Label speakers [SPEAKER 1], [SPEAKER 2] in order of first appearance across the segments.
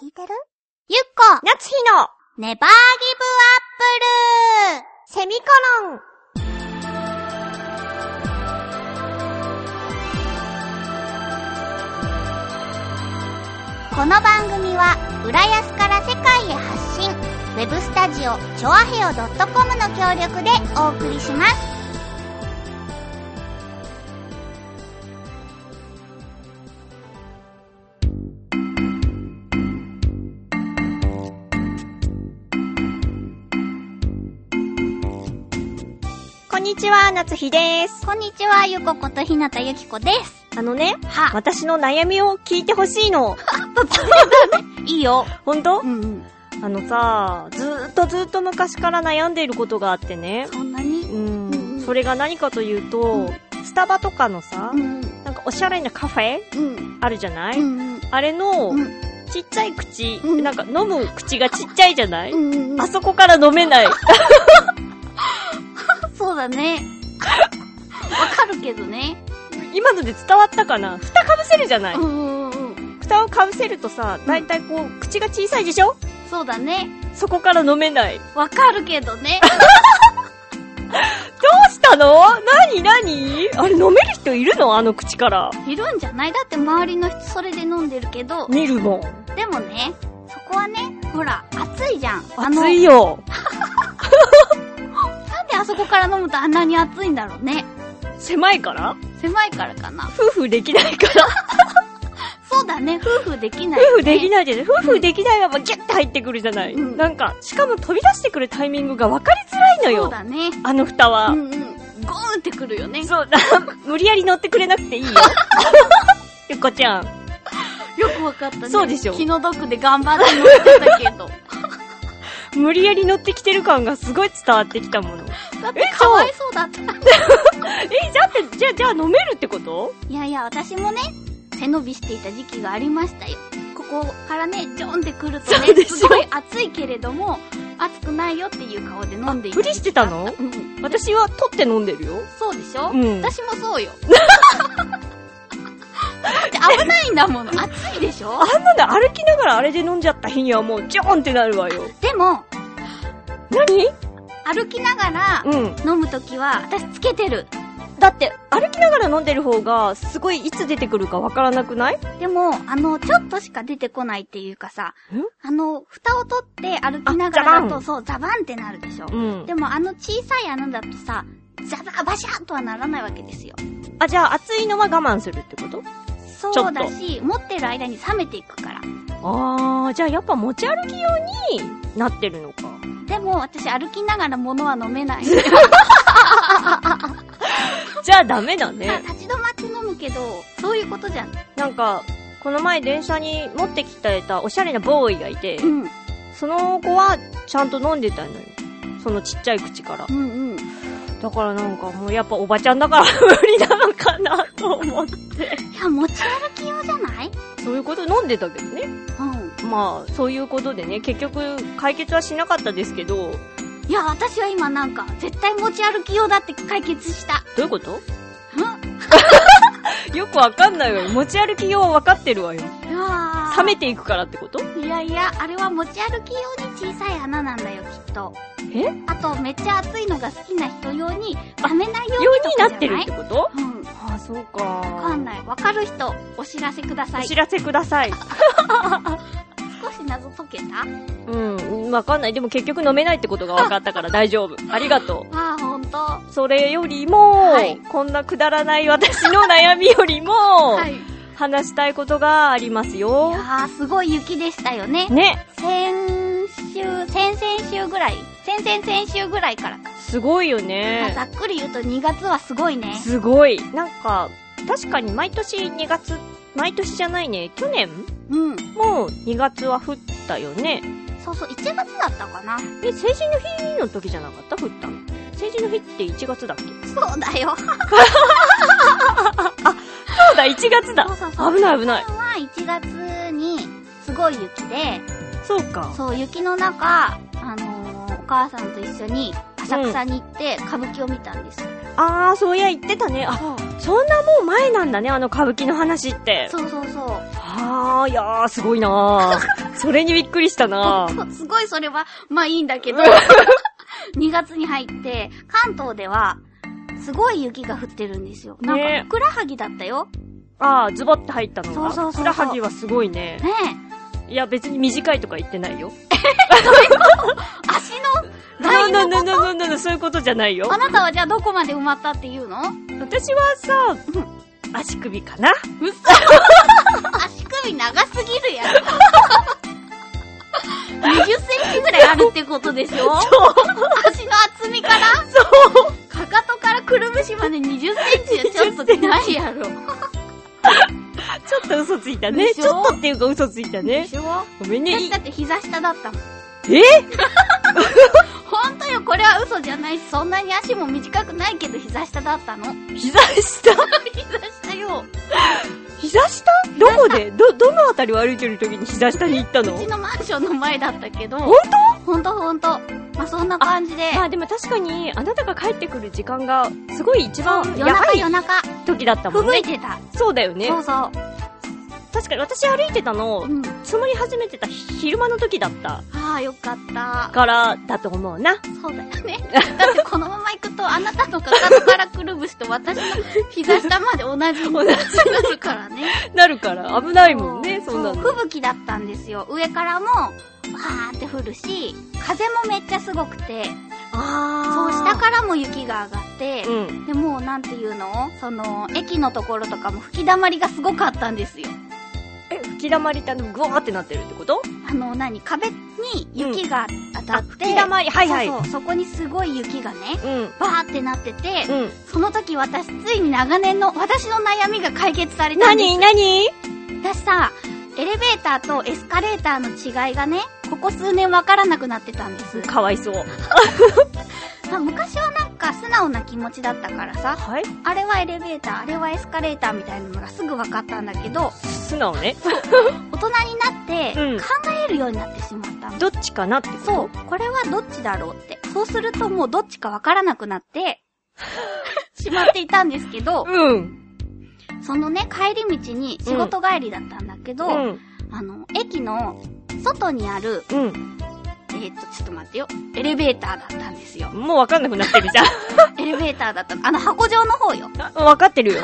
[SPEAKER 1] 聞いてるゆっこ
[SPEAKER 2] 夏日の
[SPEAKER 1] ネバーギブアップル
[SPEAKER 2] セミコロン
[SPEAKER 1] この番組は浦安から世界へ発信ウェブスタジオチョアヘオ .com の協力でお送りします
[SPEAKER 2] こんにちは、夏日です。
[SPEAKER 1] こんにちはゆこことひなたゆきこです
[SPEAKER 2] あのね、
[SPEAKER 1] は
[SPEAKER 2] 私の悩みを聞いてほし いの。
[SPEAKER 1] いいよ
[SPEAKER 2] ほんと
[SPEAKER 1] うんうん
[SPEAKER 2] あのさ、ずーっとずーっと昔から悩んでいることがあってね。
[SPEAKER 1] そんな
[SPEAKER 2] う
[SPEAKER 1] に
[SPEAKER 2] ん。
[SPEAKER 1] うん
[SPEAKER 2] それが何かというと、
[SPEAKER 1] う
[SPEAKER 2] スタバとかのさ、
[SPEAKER 1] うん
[SPEAKER 2] なんかおしゃれなカフェ
[SPEAKER 1] うん
[SPEAKER 2] あるじゃない、
[SPEAKER 1] うん
[SPEAKER 2] あれの、
[SPEAKER 1] うん
[SPEAKER 2] ちっちゃい口、
[SPEAKER 1] うん
[SPEAKER 2] なんか飲む口がちっちゃいじゃない、
[SPEAKER 1] うんうん
[SPEAKER 2] あそこから飲めない。
[SPEAKER 1] そうだねわかるけどね
[SPEAKER 2] 今ので伝わったかな蓋かぶせるじゃない、
[SPEAKER 1] うんうんうん
[SPEAKER 2] 蓋をかぶせるとさ、だいたいこう、口が小さいでしょ
[SPEAKER 1] そうだね
[SPEAKER 2] そこから飲めない。
[SPEAKER 1] わかるけどね
[SPEAKER 2] どうしたのなになにあれ飲める人いるのあの口から。
[SPEAKER 1] いるんじゃないだって周りの人それで飲んでるけど
[SPEAKER 2] 見るもん。
[SPEAKER 1] でもね、そこはね、ほら、暑いじゃん。あの
[SPEAKER 2] 熱いよ。
[SPEAKER 1] なんであそこから飲むとあんなに暑いんだろうね。
[SPEAKER 2] 狭いから
[SPEAKER 1] 狭いからかな。
[SPEAKER 2] 夫婦できないから。
[SPEAKER 1] そうだね、夫婦できない、ね。
[SPEAKER 2] 夫婦でき
[SPEAKER 1] ない。
[SPEAKER 2] ないじゃない。夫婦できないはもうギュッて入ってくるじゃない。
[SPEAKER 1] うん
[SPEAKER 2] なんか、しかも飛び出してくるタイミングが分かりづらいの
[SPEAKER 1] そう
[SPEAKER 2] よ。
[SPEAKER 1] だね。
[SPEAKER 2] あの蓋は。
[SPEAKER 1] うんうん。ゴーンってくるよね。
[SPEAKER 2] そう、無理やり乗ってくれなくてい いよ。ゆっこちゃん。
[SPEAKER 1] よくわかったね。
[SPEAKER 2] そうでしょ
[SPEAKER 1] 気の毒で頑張って乗ってたけ ど。
[SPEAKER 2] 無理やり乗ってきてる感がすごい伝わってきたもの。
[SPEAKER 1] だってかわいそうだった。
[SPEAKER 2] え、じゃあって、じゃあ、じゃあ飲めるってこと
[SPEAKER 1] いやいや、私もね、背伸びしていた時期がありましたよ。ここからね、ジョンってくると
[SPEAKER 2] そう
[SPEAKER 1] ね、
[SPEAKER 2] でしょ
[SPEAKER 1] すごい暑いけれども、暑くないよっていう顔で飲んでい
[SPEAKER 2] あプリしてたの
[SPEAKER 1] うん。
[SPEAKER 2] 私は取って飲んでるよ。
[SPEAKER 1] そうでしょ
[SPEAKER 2] うん
[SPEAKER 1] 私もそう よ。だって危ないんだもの。暑いでしょ
[SPEAKER 2] あんなの歩きながらあれで飲んじゃった日にはもうジョーンってなるわよ。
[SPEAKER 1] でも、
[SPEAKER 2] 何
[SPEAKER 1] 歩きながら
[SPEAKER 2] うん。
[SPEAKER 1] 飲むときは、私つけてる。
[SPEAKER 2] だって、歩きながら飲んでる方が、すごいいつ出てくるかわからなくない
[SPEAKER 1] でも、あの、ちょっとしか出てこないっていうかさ、あの、蓋を取って歩きながらだ
[SPEAKER 2] あザバ
[SPEAKER 1] と、
[SPEAKER 2] ン
[SPEAKER 1] そう、ザバンってなるでしょ
[SPEAKER 2] う。ん。
[SPEAKER 1] でも、あの小さい穴だとさ、ザババシャッとはならないわけですよ。
[SPEAKER 2] あ、じゃあ熱いのは我慢するってこと
[SPEAKER 1] そうだし、持ってる間に冷めていくから。
[SPEAKER 2] あー、じゃあやっぱ持ち歩き用になってるのか。
[SPEAKER 1] でも、私歩きながら物は飲めない。
[SPEAKER 2] じゃあダメだね。
[SPEAKER 1] 立ち止まって飲むけど、そういうことじゃん。
[SPEAKER 2] なんか、この前電車に持ってきてたおしゃれなボーイがいて、
[SPEAKER 1] うん。
[SPEAKER 2] その子はちゃんと飲んでたのよ。そのちっちゃい口から
[SPEAKER 1] う。んうん。
[SPEAKER 2] だからなんかもうやっぱおばちゃんだから無理なのかなと思って。
[SPEAKER 1] いや、持ち歩き用じゃない
[SPEAKER 2] そういうこと飲んでたけどね。
[SPEAKER 1] う
[SPEAKER 2] まあ、そういうことでね、結局解決はしなかったですけど、ど
[SPEAKER 1] ん。いや、私は今なんか、絶対持ち歩き用だって解決した。
[SPEAKER 2] ういうことよくわかんないわよ。持ち歩き用はわかってるわよ。
[SPEAKER 1] いや
[SPEAKER 2] 冷めていくからってこと
[SPEAKER 1] いやいや、あれは持ち歩き用に小さい穴なんだよ、きっと。
[SPEAKER 2] え
[SPEAKER 1] あと、めっちゃ暑いのが好きな人用に、ダメないように
[SPEAKER 2] 用
[SPEAKER 1] と
[SPEAKER 2] に
[SPEAKER 1] か
[SPEAKER 2] な
[SPEAKER 1] じゃ
[SPEAKER 2] ってるってこと
[SPEAKER 1] うん。わ
[SPEAKER 2] ああ、そうか。
[SPEAKER 1] かん
[SPEAKER 2] い。
[SPEAKER 1] ない。わかる人、お知らせくださ
[SPEAKER 2] お
[SPEAKER 1] い。
[SPEAKER 2] 知
[SPEAKER 1] 少し
[SPEAKER 2] らせください。
[SPEAKER 1] 謎解けた
[SPEAKER 2] うん、わかんない。でも結局飲めないってことが分かったから大丈夫。ありがと
[SPEAKER 1] ああ、ほんと。は
[SPEAKER 2] う。それよりも、
[SPEAKER 1] はい
[SPEAKER 2] こんなくだらない私の悩みよりも、
[SPEAKER 1] い。い
[SPEAKER 2] 話したいことがありますよ。
[SPEAKER 1] やー、すごい雪でしたよね。
[SPEAKER 2] ね、
[SPEAKER 1] 先週、先々週ぐらい先々先週ぐらいからか。
[SPEAKER 2] すごいよ
[SPEAKER 1] まあ
[SPEAKER 2] ね
[SPEAKER 1] ざ。っくり言うと2月はすごいね。
[SPEAKER 2] すごい。なんか、確かに毎年2月、毎年じゃないね、去年
[SPEAKER 1] うん。
[SPEAKER 2] も2月は降ったよね。
[SPEAKER 1] そうそう、1月だったかな。
[SPEAKER 2] え、成人の日の時じゃなかった降ったの。成人の日って1月だっけ
[SPEAKER 1] そうだよ。
[SPEAKER 2] そうだ、1月だ
[SPEAKER 1] そうそうそう。
[SPEAKER 2] 危ない危ない
[SPEAKER 1] 去。年は1月にすごい雪で、
[SPEAKER 2] そうか。
[SPEAKER 1] そう、雪の中、あのーお母さんと一緒に浅草に行って歌舞伎を見たんです。
[SPEAKER 2] あー、そういや言ってたね。あ、
[SPEAKER 1] そう
[SPEAKER 2] そんなもう前なんだね、あの歌舞伎の話って。
[SPEAKER 1] そうそうそう。
[SPEAKER 2] はあ、いやー、すごいな ー。それにびっくりしたなー。
[SPEAKER 1] そう すごいそれは、まあいいんだ けど、2月に入って、関東では、すごい雪が降ってるんですよ。なんか、
[SPEAKER 2] ね
[SPEAKER 1] ふくらはぎだったよ。
[SPEAKER 2] あー、ズボって入ったのが。
[SPEAKER 1] そうそうそうそう
[SPEAKER 2] ふくらはぎはすごいね。
[SPEAKER 1] ね
[SPEAKER 2] いや、別に短いとか言ってないよ。
[SPEAKER 1] え。足の
[SPEAKER 2] な
[SPEAKER 1] ライン
[SPEAKER 2] ん
[SPEAKER 1] の
[SPEAKER 2] なんなんなんなんそういうことじゃないよ。
[SPEAKER 1] あなたはじゃあどこまで埋まったっていうの
[SPEAKER 2] 私はさ、足首かな
[SPEAKER 1] 足首長すぎるやろ。20センチぐらいあるってことでしょ足の厚みからそうかかとからくるぶしまで20センチはちょっとないやろ。
[SPEAKER 2] ちょっと嘘ついたね。
[SPEAKER 1] でし
[SPEAKER 2] ち
[SPEAKER 1] ょ
[SPEAKER 2] ょっとっていうか嘘ついた
[SPEAKER 1] で
[SPEAKER 2] ね。
[SPEAKER 1] しょ
[SPEAKER 2] ごめんね。
[SPEAKER 1] 私
[SPEAKER 2] い
[SPEAKER 1] だって膝下だったもん。
[SPEAKER 2] え
[SPEAKER 1] 本当よ、これは嘘じゃないし、そんなに足も短くないけど膝下だったの。
[SPEAKER 2] 膝下
[SPEAKER 1] 膝下よ。
[SPEAKER 2] 膝下どこでど、どのあたりを歩いてる時に膝下に行ったの
[SPEAKER 1] うちのマンションの前だったけど。
[SPEAKER 2] 本
[SPEAKER 1] ほんとほんと。まあ、そんな感じで。
[SPEAKER 2] まあでも確かに、あなたが帰ってくる時間が、すごい一番
[SPEAKER 1] 夜
[SPEAKER 2] やば
[SPEAKER 1] 中
[SPEAKER 2] い
[SPEAKER 1] 夜中、
[SPEAKER 2] 時だったも
[SPEAKER 1] ふ
[SPEAKER 2] ん
[SPEAKER 1] ぶ
[SPEAKER 2] ね
[SPEAKER 1] い。てた。
[SPEAKER 2] そうだよね
[SPEAKER 1] そ。うそう。
[SPEAKER 2] 確かに私歩いてたの
[SPEAKER 1] う、ん。
[SPEAKER 2] 積もり始めてた昼間の時だった
[SPEAKER 1] ああ、よかった。
[SPEAKER 2] からだと思うな。
[SPEAKER 1] そうだよ ね。だってこのまま行くと、あなたのかかとからくるぶしと私の膝下まで同じになるからね。
[SPEAKER 2] なるから、危ないもんね、そんな
[SPEAKER 1] そ
[SPEAKER 2] の。
[SPEAKER 1] う吹雪だったんですよ。上からも、わーって降るし、風もめっちゃすごくて、そう、
[SPEAKER 2] あ
[SPEAKER 1] 下からも雪が上がって、
[SPEAKER 2] うん。
[SPEAKER 1] で、もうなんていうのその、駅のところとかも吹き溜まりがすごかったんですよ。
[SPEAKER 2] え、吹き溜まりってあの、ぐわーってなってるってこと
[SPEAKER 1] あの、何壁に雪が当た
[SPEAKER 2] あ、
[SPEAKER 1] って、
[SPEAKER 2] 吹き溜まり、はいはい。
[SPEAKER 1] そううそう、そこにすごい雪がね、
[SPEAKER 2] ん。
[SPEAKER 1] バーってなってて、
[SPEAKER 2] うん。
[SPEAKER 1] その時私、ついに長年の私の悩みが解決されたんです。
[SPEAKER 2] 何何
[SPEAKER 1] 私さ、エレベーターとエスカレーターの違いがね、ここ数年わからなくなってたんです。
[SPEAKER 2] かわいそう。
[SPEAKER 1] まあ昔はなんか素直な気持ちだったからさ、
[SPEAKER 2] はい
[SPEAKER 1] あれはエレベーター、あれはエスカレーターみたいなのがすぐ分かったんだけど、
[SPEAKER 2] 素直ね。
[SPEAKER 1] 大人になって
[SPEAKER 2] うん
[SPEAKER 1] 考えるようになってしまったの。
[SPEAKER 2] どっちかなってこと
[SPEAKER 1] そう、これはどっちだろうって。そうするともうどっちか分からなくな って、しまっていたんですけど、
[SPEAKER 2] うん。
[SPEAKER 1] そのね、帰り道に仕事帰りだったんだけど、
[SPEAKER 2] うん。
[SPEAKER 1] あの、駅の外にある、
[SPEAKER 2] うん。
[SPEAKER 1] えー、っと、ちょっと待ってよ、エレベーターだったんですよ。
[SPEAKER 2] もうわかんなくなってるじ
[SPEAKER 1] エレベーターだったの。あの、箱状の方よ。
[SPEAKER 2] ゃん。わかってるよ。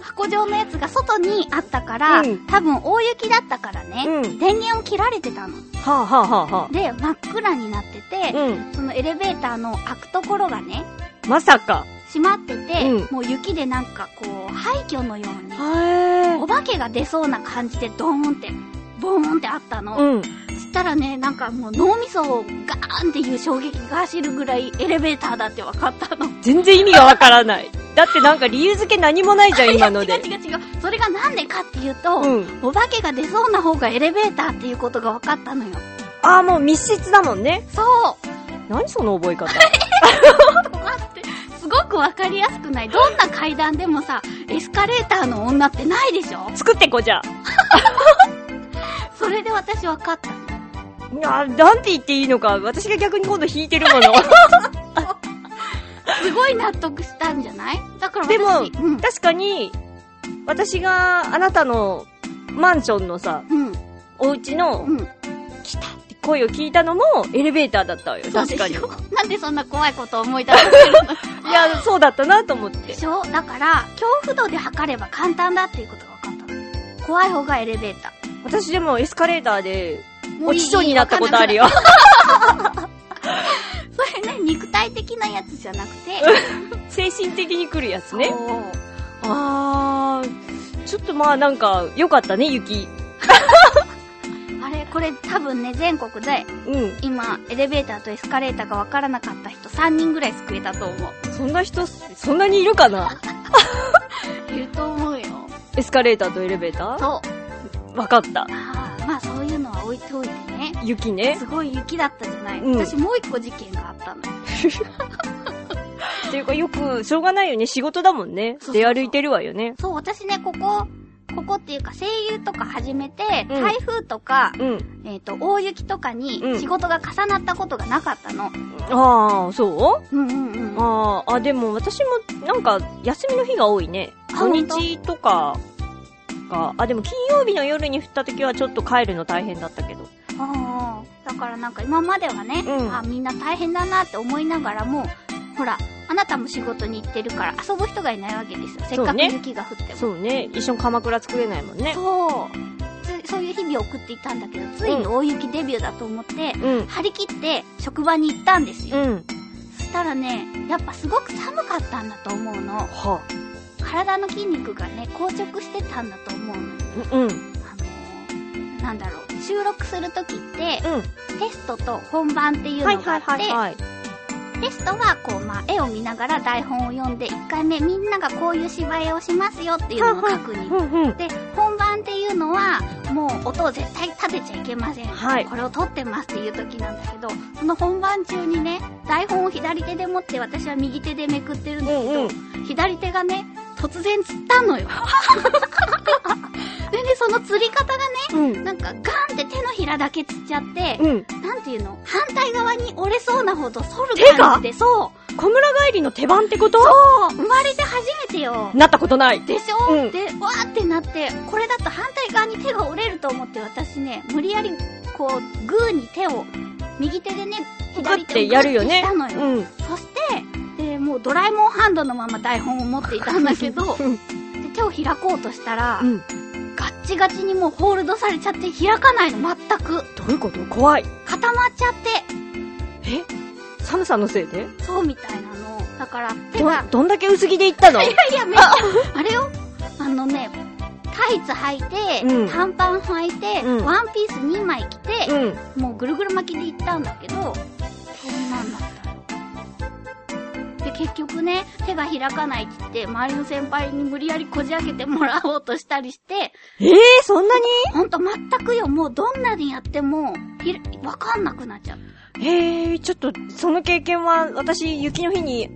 [SPEAKER 1] 箱状のやつが外にあったから、
[SPEAKER 2] うん
[SPEAKER 1] 多分大雪だったからね、
[SPEAKER 2] うん。
[SPEAKER 1] 電源を切られてたの。
[SPEAKER 2] はあはあはあは
[SPEAKER 1] で、真っ暗になって
[SPEAKER 2] あ。
[SPEAKER 1] て、
[SPEAKER 2] うん。
[SPEAKER 1] そのエレベーターの開くところがね、
[SPEAKER 2] まさか。
[SPEAKER 1] 閉まってて、
[SPEAKER 2] うん
[SPEAKER 1] もう雪でなんかこう、廃墟のように、
[SPEAKER 2] は
[SPEAKER 1] お化けが出そうな感じでドーンって、ボーンってあったの。
[SPEAKER 2] うん。
[SPEAKER 1] そしたらね、なんかもう脳みそをガーンっていう衝撃が走るぐらいエレベーターだって分かったの。
[SPEAKER 2] 全然意味がわからない。だってなんか理由付け何もないじゃん、今の
[SPEAKER 1] 違う
[SPEAKER 2] で。
[SPEAKER 1] 違う違う。それがなんでかっていうと、
[SPEAKER 2] うん。
[SPEAKER 1] お化けが出そうな方がエレベーターっていうことが分かったのよ。
[SPEAKER 2] ああ、もう密室だもんね。
[SPEAKER 1] そう
[SPEAKER 2] 何その覚え方。
[SPEAKER 1] とかって、すごく分かりやすくない。どんな階段でもさ、エスカレーターの女ってないでしょ
[SPEAKER 2] 作ってこじゃあ。
[SPEAKER 1] それで私分かった。
[SPEAKER 2] な、なんて言っていいのか。私が逆に今度引いてるもの。
[SPEAKER 1] すごい納得したんじゃないだから私、
[SPEAKER 2] でも
[SPEAKER 1] うん。
[SPEAKER 2] 確かに、私があなたのマンションのさ、
[SPEAKER 1] うん。
[SPEAKER 2] お家の
[SPEAKER 1] うん。
[SPEAKER 2] 来たって声を聞いたのもエレベーターだったわよ。
[SPEAKER 1] そう
[SPEAKER 2] 確
[SPEAKER 1] で
[SPEAKER 2] かに。い
[SPEAKER 1] しょ。なんでそんな怖いことを思い出して るの
[SPEAKER 2] や、そうだったなと思っ
[SPEAKER 1] で
[SPEAKER 2] て。
[SPEAKER 1] しょだから、恐怖度で測れば簡単だっていうことが分かったの。怖い方がエレベータ
[SPEAKER 2] 私でもエスカレーターで
[SPEAKER 1] ー。もうい
[SPEAKER 2] 落
[SPEAKER 1] い
[SPEAKER 2] ちそうになったことある。よ。
[SPEAKER 1] いいわかんなくなるそれね、肉体的なやつじゃなくて、
[SPEAKER 2] 精神的に来るやつ
[SPEAKER 1] そ
[SPEAKER 2] ね。
[SPEAKER 1] う
[SPEAKER 2] あー、ちょっとまあなんか良かったね、雪。
[SPEAKER 1] あれ、これ多分ね、全国で
[SPEAKER 2] うん。
[SPEAKER 1] 今、エレベーターとエスカレーターが分からなかった人3人ぐらい救えたと思う。
[SPEAKER 2] そんな人、そんなにいるかない
[SPEAKER 1] ると思うよ。
[SPEAKER 2] エスカレーターとエレベータ
[SPEAKER 1] そう。
[SPEAKER 2] ーわかった。
[SPEAKER 1] あーまあそういうのは置いておいてね。
[SPEAKER 2] 雪ね。
[SPEAKER 1] すごい雪だったじゃない、
[SPEAKER 2] うん
[SPEAKER 1] 私もう一個事件があったのよ。
[SPEAKER 2] っていうかよく、しょうがないよね。仕事だもんね
[SPEAKER 1] そうそ。う
[SPEAKER 2] 出歩いてるわよね。
[SPEAKER 1] そう、私ね、ここ、ここっていうか声優とか始めて、
[SPEAKER 2] うん
[SPEAKER 1] 台風とか、
[SPEAKER 2] うん。
[SPEAKER 1] えっ、と、大雪とかに
[SPEAKER 2] うん
[SPEAKER 1] 仕事が重なったことがなかったの。
[SPEAKER 2] あー、そう
[SPEAKER 1] うんうんうん。
[SPEAKER 2] あーあ、でも私もなんか休みの日が多いね。
[SPEAKER 1] あ
[SPEAKER 2] 土日とかか。あ、でも金曜日の夜に降った時はちょっと帰るの大変だったけど。
[SPEAKER 1] ああだからなんか今まではね、
[SPEAKER 2] うん
[SPEAKER 1] あみんな大変だなって思いながらもほらあなたも仕事に行ってるから遊ぶ人がいないわけですよせっ
[SPEAKER 2] そ
[SPEAKER 1] かく
[SPEAKER 2] うね
[SPEAKER 1] 雪が降ってもそう,、
[SPEAKER 2] そうね。一緒に鎌倉作れないもんね。
[SPEAKER 1] つそういう日々を送っていたんだけどついに大雪デビューだと思って、
[SPEAKER 2] うん。
[SPEAKER 1] 張り切って職場に行ったんですよ、
[SPEAKER 2] うん。
[SPEAKER 1] そしたらねやっぱすごく寒かったんだと思うの
[SPEAKER 2] は
[SPEAKER 1] 体の筋肉がね硬直してたんだと思うの
[SPEAKER 2] あ。うん。う
[SPEAKER 1] あ
[SPEAKER 2] ん。
[SPEAKER 1] のーなんだろう収録するときって、テストと本番っていう
[SPEAKER 2] はい
[SPEAKER 1] のがあ
[SPEAKER 2] はい
[SPEAKER 1] って、
[SPEAKER 2] はいはい。
[SPEAKER 1] テストはこう、まあ、絵を見ながら台本を読んで1回目みんながこういう芝居をしますよっていうのを確 認
[SPEAKER 2] うんうん。
[SPEAKER 1] で本番っていうのはもう音を絶対立てちゃいけません、
[SPEAKER 2] はい
[SPEAKER 1] これを撮ってますっていう時なんだけどその本番中にね台本を左手で持って私は右手でめくってるんだけど、
[SPEAKER 2] うんうん
[SPEAKER 1] 左手がね突然つったのよ でねその釣り方がね
[SPEAKER 2] うん。
[SPEAKER 1] なんかガンって手のひらだけつっちゃって、
[SPEAKER 2] うん。
[SPEAKER 1] なんていうの反対側に折れそうなほど反
[SPEAKER 2] 手
[SPEAKER 1] る
[SPEAKER 2] が
[SPEAKER 1] 感じで、そう。
[SPEAKER 2] 小村帰りの手番ってこと
[SPEAKER 1] そう生まれて初めてよ。
[SPEAKER 2] なったことない。
[SPEAKER 1] でしょ、
[SPEAKER 2] うん
[SPEAKER 1] で、わーってなって、これだと反対側に手が折れると思って、私ね、無理やり、こう、グーに手を、右手でね、
[SPEAKER 2] グ
[SPEAKER 1] 左
[SPEAKER 2] っ
[SPEAKER 1] 手
[SPEAKER 2] て
[SPEAKER 1] を
[SPEAKER 2] やるよ
[SPEAKER 1] グ
[SPEAKER 2] ね。
[SPEAKER 1] ッてしたのよ。
[SPEAKER 2] うん。
[SPEAKER 1] そして、で、もうドラえもんハンドのまま台本を持っていたんだけど、で
[SPEAKER 2] うん
[SPEAKER 1] 手を開こうとしたら、
[SPEAKER 2] うん。
[SPEAKER 1] ガッチガチにもうホールドされちゃって開かないの、全く。
[SPEAKER 2] どういうこと怖い。
[SPEAKER 1] 固まっちゃって。
[SPEAKER 2] 寒さのせいで
[SPEAKER 1] そうみたいなの。だから、手
[SPEAKER 2] ど
[SPEAKER 1] が、、
[SPEAKER 2] どんだけ薄着で行った の
[SPEAKER 1] いやめっちゃ、あれよ、あのね、タイツ履いて、
[SPEAKER 2] うん
[SPEAKER 1] 短パン履いて、
[SPEAKER 2] うん
[SPEAKER 1] ワンピース2枚着て、
[SPEAKER 2] うん。
[SPEAKER 1] もうぐるぐる巻きで行ったんだけど、そんなんだったの。で、結局ね、手が開かないって言って、周りの先輩に無理やりこじ開けてもらおうとしたりして、
[SPEAKER 2] ええそんなに
[SPEAKER 1] ほんと全くよ、もうどんなにやっても、ひらわかんなくなっちゃう。
[SPEAKER 2] へえ、ちょっと、その経験は、私、雪の日に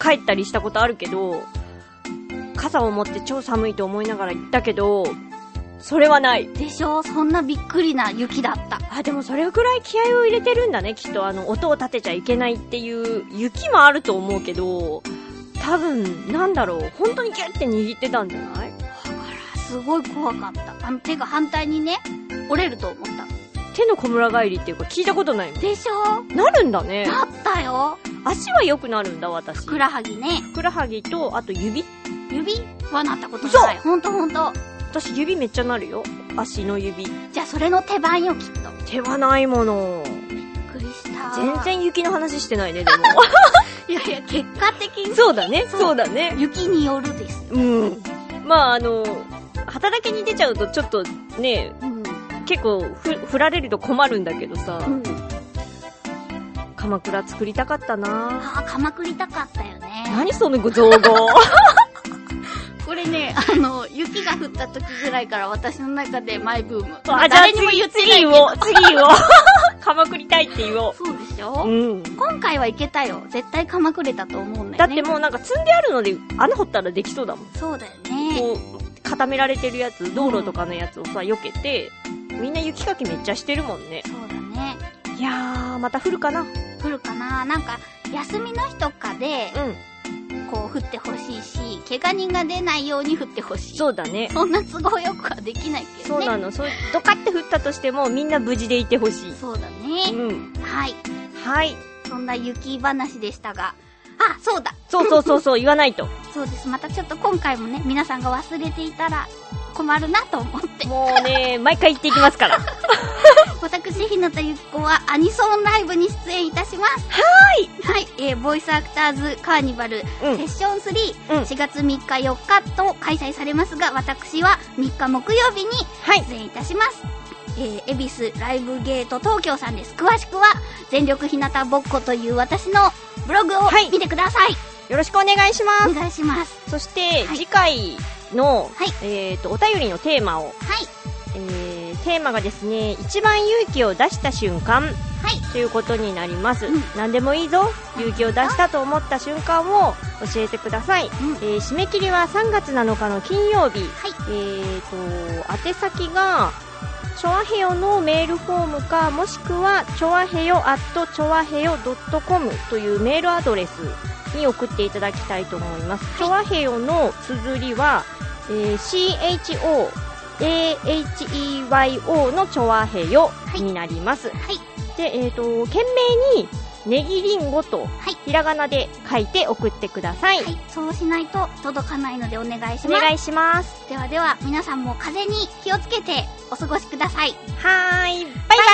[SPEAKER 2] 帰ったりしたことあるけど、傘を持って超寒いと思いながら行ったけど、それはない。
[SPEAKER 1] でしょそんなびっくりな雪だった。
[SPEAKER 2] あ、でもそれくらい気合を入れてるんだね、きっと。あの、音を立てちゃいけないっていう、雪もあると思うけど、多分、なんだろう、本当にギュって握ってたんじゃない
[SPEAKER 1] すごい怖かった。あの手が反対にね、折れると思った。
[SPEAKER 2] 手の小村帰りっていうか聞いたことないも
[SPEAKER 1] でしょ
[SPEAKER 2] ん。なるんだね。
[SPEAKER 1] だったよ。
[SPEAKER 2] 足は良くなるんだ、私。
[SPEAKER 1] ふくらはぎね。
[SPEAKER 2] ふくらはぎと、あと指
[SPEAKER 1] 指はなったことない。ほんとほんと。
[SPEAKER 2] 私指めっちゃなるよ。足の指。
[SPEAKER 1] じゃあそれの手番よ、きっと。
[SPEAKER 2] 手はないもの。
[SPEAKER 1] びっくりした。
[SPEAKER 2] 全。然雪の話して ないね、でも。
[SPEAKER 1] いやいや、結果的に。
[SPEAKER 2] そうだね、
[SPEAKER 1] そう
[SPEAKER 2] そうだね。
[SPEAKER 1] 雪によるです。
[SPEAKER 2] うん。まあ、あの、働きに出ちゃうとちょっとね、
[SPEAKER 1] うん。
[SPEAKER 2] 結構ふ、振られると困るんだけどさ、
[SPEAKER 1] うん。
[SPEAKER 2] 鎌倉作りたかったな
[SPEAKER 1] ああ、かまくりたかったよね。
[SPEAKER 2] 何そのご造語
[SPEAKER 1] これね、あの、雪が降った時ぐらいから私の中でマイブーム。
[SPEAKER 2] あ、じゃあ
[SPEAKER 1] 誰にも言
[SPEAKER 2] 次、
[SPEAKER 1] ってない
[SPEAKER 2] 次
[SPEAKER 1] けど。
[SPEAKER 2] 言 おう、次言おう。鎌倉たいって言おう。
[SPEAKER 1] そうでし
[SPEAKER 2] う
[SPEAKER 1] ょ
[SPEAKER 2] ん。
[SPEAKER 1] 今回はいけたよ。絶対かまくれたと思うんだ
[SPEAKER 2] だ
[SPEAKER 1] よ
[SPEAKER 2] っ
[SPEAKER 1] ね。
[SPEAKER 2] てもうなんか積んであるので穴掘ったらできそうだもん。
[SPEAKER 1] そうだよね。
[SPEAKER 2] こう、固められてるやつ、道路とかのやつをさ、避けて、みんな雪かきめっちゃしてるもんね。
[SPEAKER 1] そうだね。
[SPEAKER 2] いやー、また降るかな。うん。
[SPEAKER 1] 降るかななんか、休みの日とかで、こう降ってほしいし、怪我人が出ないように降ってほしい。
[SPEAKER 2] そうだね。
[SPEAKER 1] そんな都合よくはできないけど
[SPEAKER 2] そう
[SPEAKER 1] ね。
[SPEAKER 2] なの。そう、ドカって降ったとしても、みんな無事でいてほしい。
[SPEAKER 1] そうだ
[SPEAKER 2] う
[SPEAKER 1] ね。
[SPEAKER 2] ん。
[SPEAKER 1] はい。
[SPEAKER 2] はい。
[SPEAKER 1] そんな雪話でしたが。あ、そうだ
[SPEAKER 2] そうそうそうそう、言わない と。
[SPEAKER 1] そうです。またちょっと今回もね、皆さんが忘れていたら困るなと思って。
[SPEAKER 2] もうね、毎回言っていきますから。
[SPEAKER 1] 私、日向ゆき子はアニソンライブに出演いたします。はいはい。えー、ボイスアクターズカーニバル
[SPEAKER 2] う
[SPEAKER 1] セ
[SPEAKER 2] ん
[SPEAKER 1] ッ。ション3、
[SPEAKER 2] うん
[SPEAKER 1] 4月3日4日と開催されますが、私は3日木曜日に
[SPEAKER 2] はい。
[SPEAKER 1] 出演いたします。えー、恵比寿ライブゲート東京さんです。詳しくは、全力ひなたぼっこという私のブログを
[SPEAKER 2] はい
[SPEAKER 1] 見てください。
[SPEAKER 2] よろしくお願いします。
[SPEAKER 1] お願いします。
[SPEAKER 2] そして、
[SPEAKER 1] はい
[SPEAKER 2] 次回の、
[SPEAKER 1] はい
[SPEAKER 2] えっと、お便りのテーマを、
[SPEAKER 1] はい。
[SPEAKER 2] えー、テーマがですね、一番勇気を出した瞬間、
[SPEAKER 1] はい。
[SPEAKER 2] ということになります、
[SPEAKER 1] うん
[SPEAKER 2] 何でもいいぞ勇気を出したと思った瞬間を教えてください、
[SPEAKER 1] うん。
[SPEAKER 2] えー締め切りは3月7日の金曜
[SPEAKER 1] はい。
[SPEAKER 2] 日えー、と宛先がチョアヘヨのメールフォームかもしくはチョアヘヨ at チョアヘヨ .com というメールアドレスに送っていただきたいと思います、チョアヘヨの綴りは、えー、 AHEYO のチョアヘヨ
[SPEAKER 1] い
[SPEAKER 2] になります。
[SPEAKER 1] はい。
[SPEAKER 2] で、えっ、と、懸命にネギリンゴと
[SPEAKER 1] はい。
[SPEAKER 2] ひらがなで書いて送ってください。
[SPEAKER 1] はい。そうしないと届かないのでお願いします。
[SPEAKER 2] お願いします。
[SPEAKER 1] ではでは、皆さんも風邪に気をつけてお過ごしください。
[SPEAKER 2] はーい、バイバイ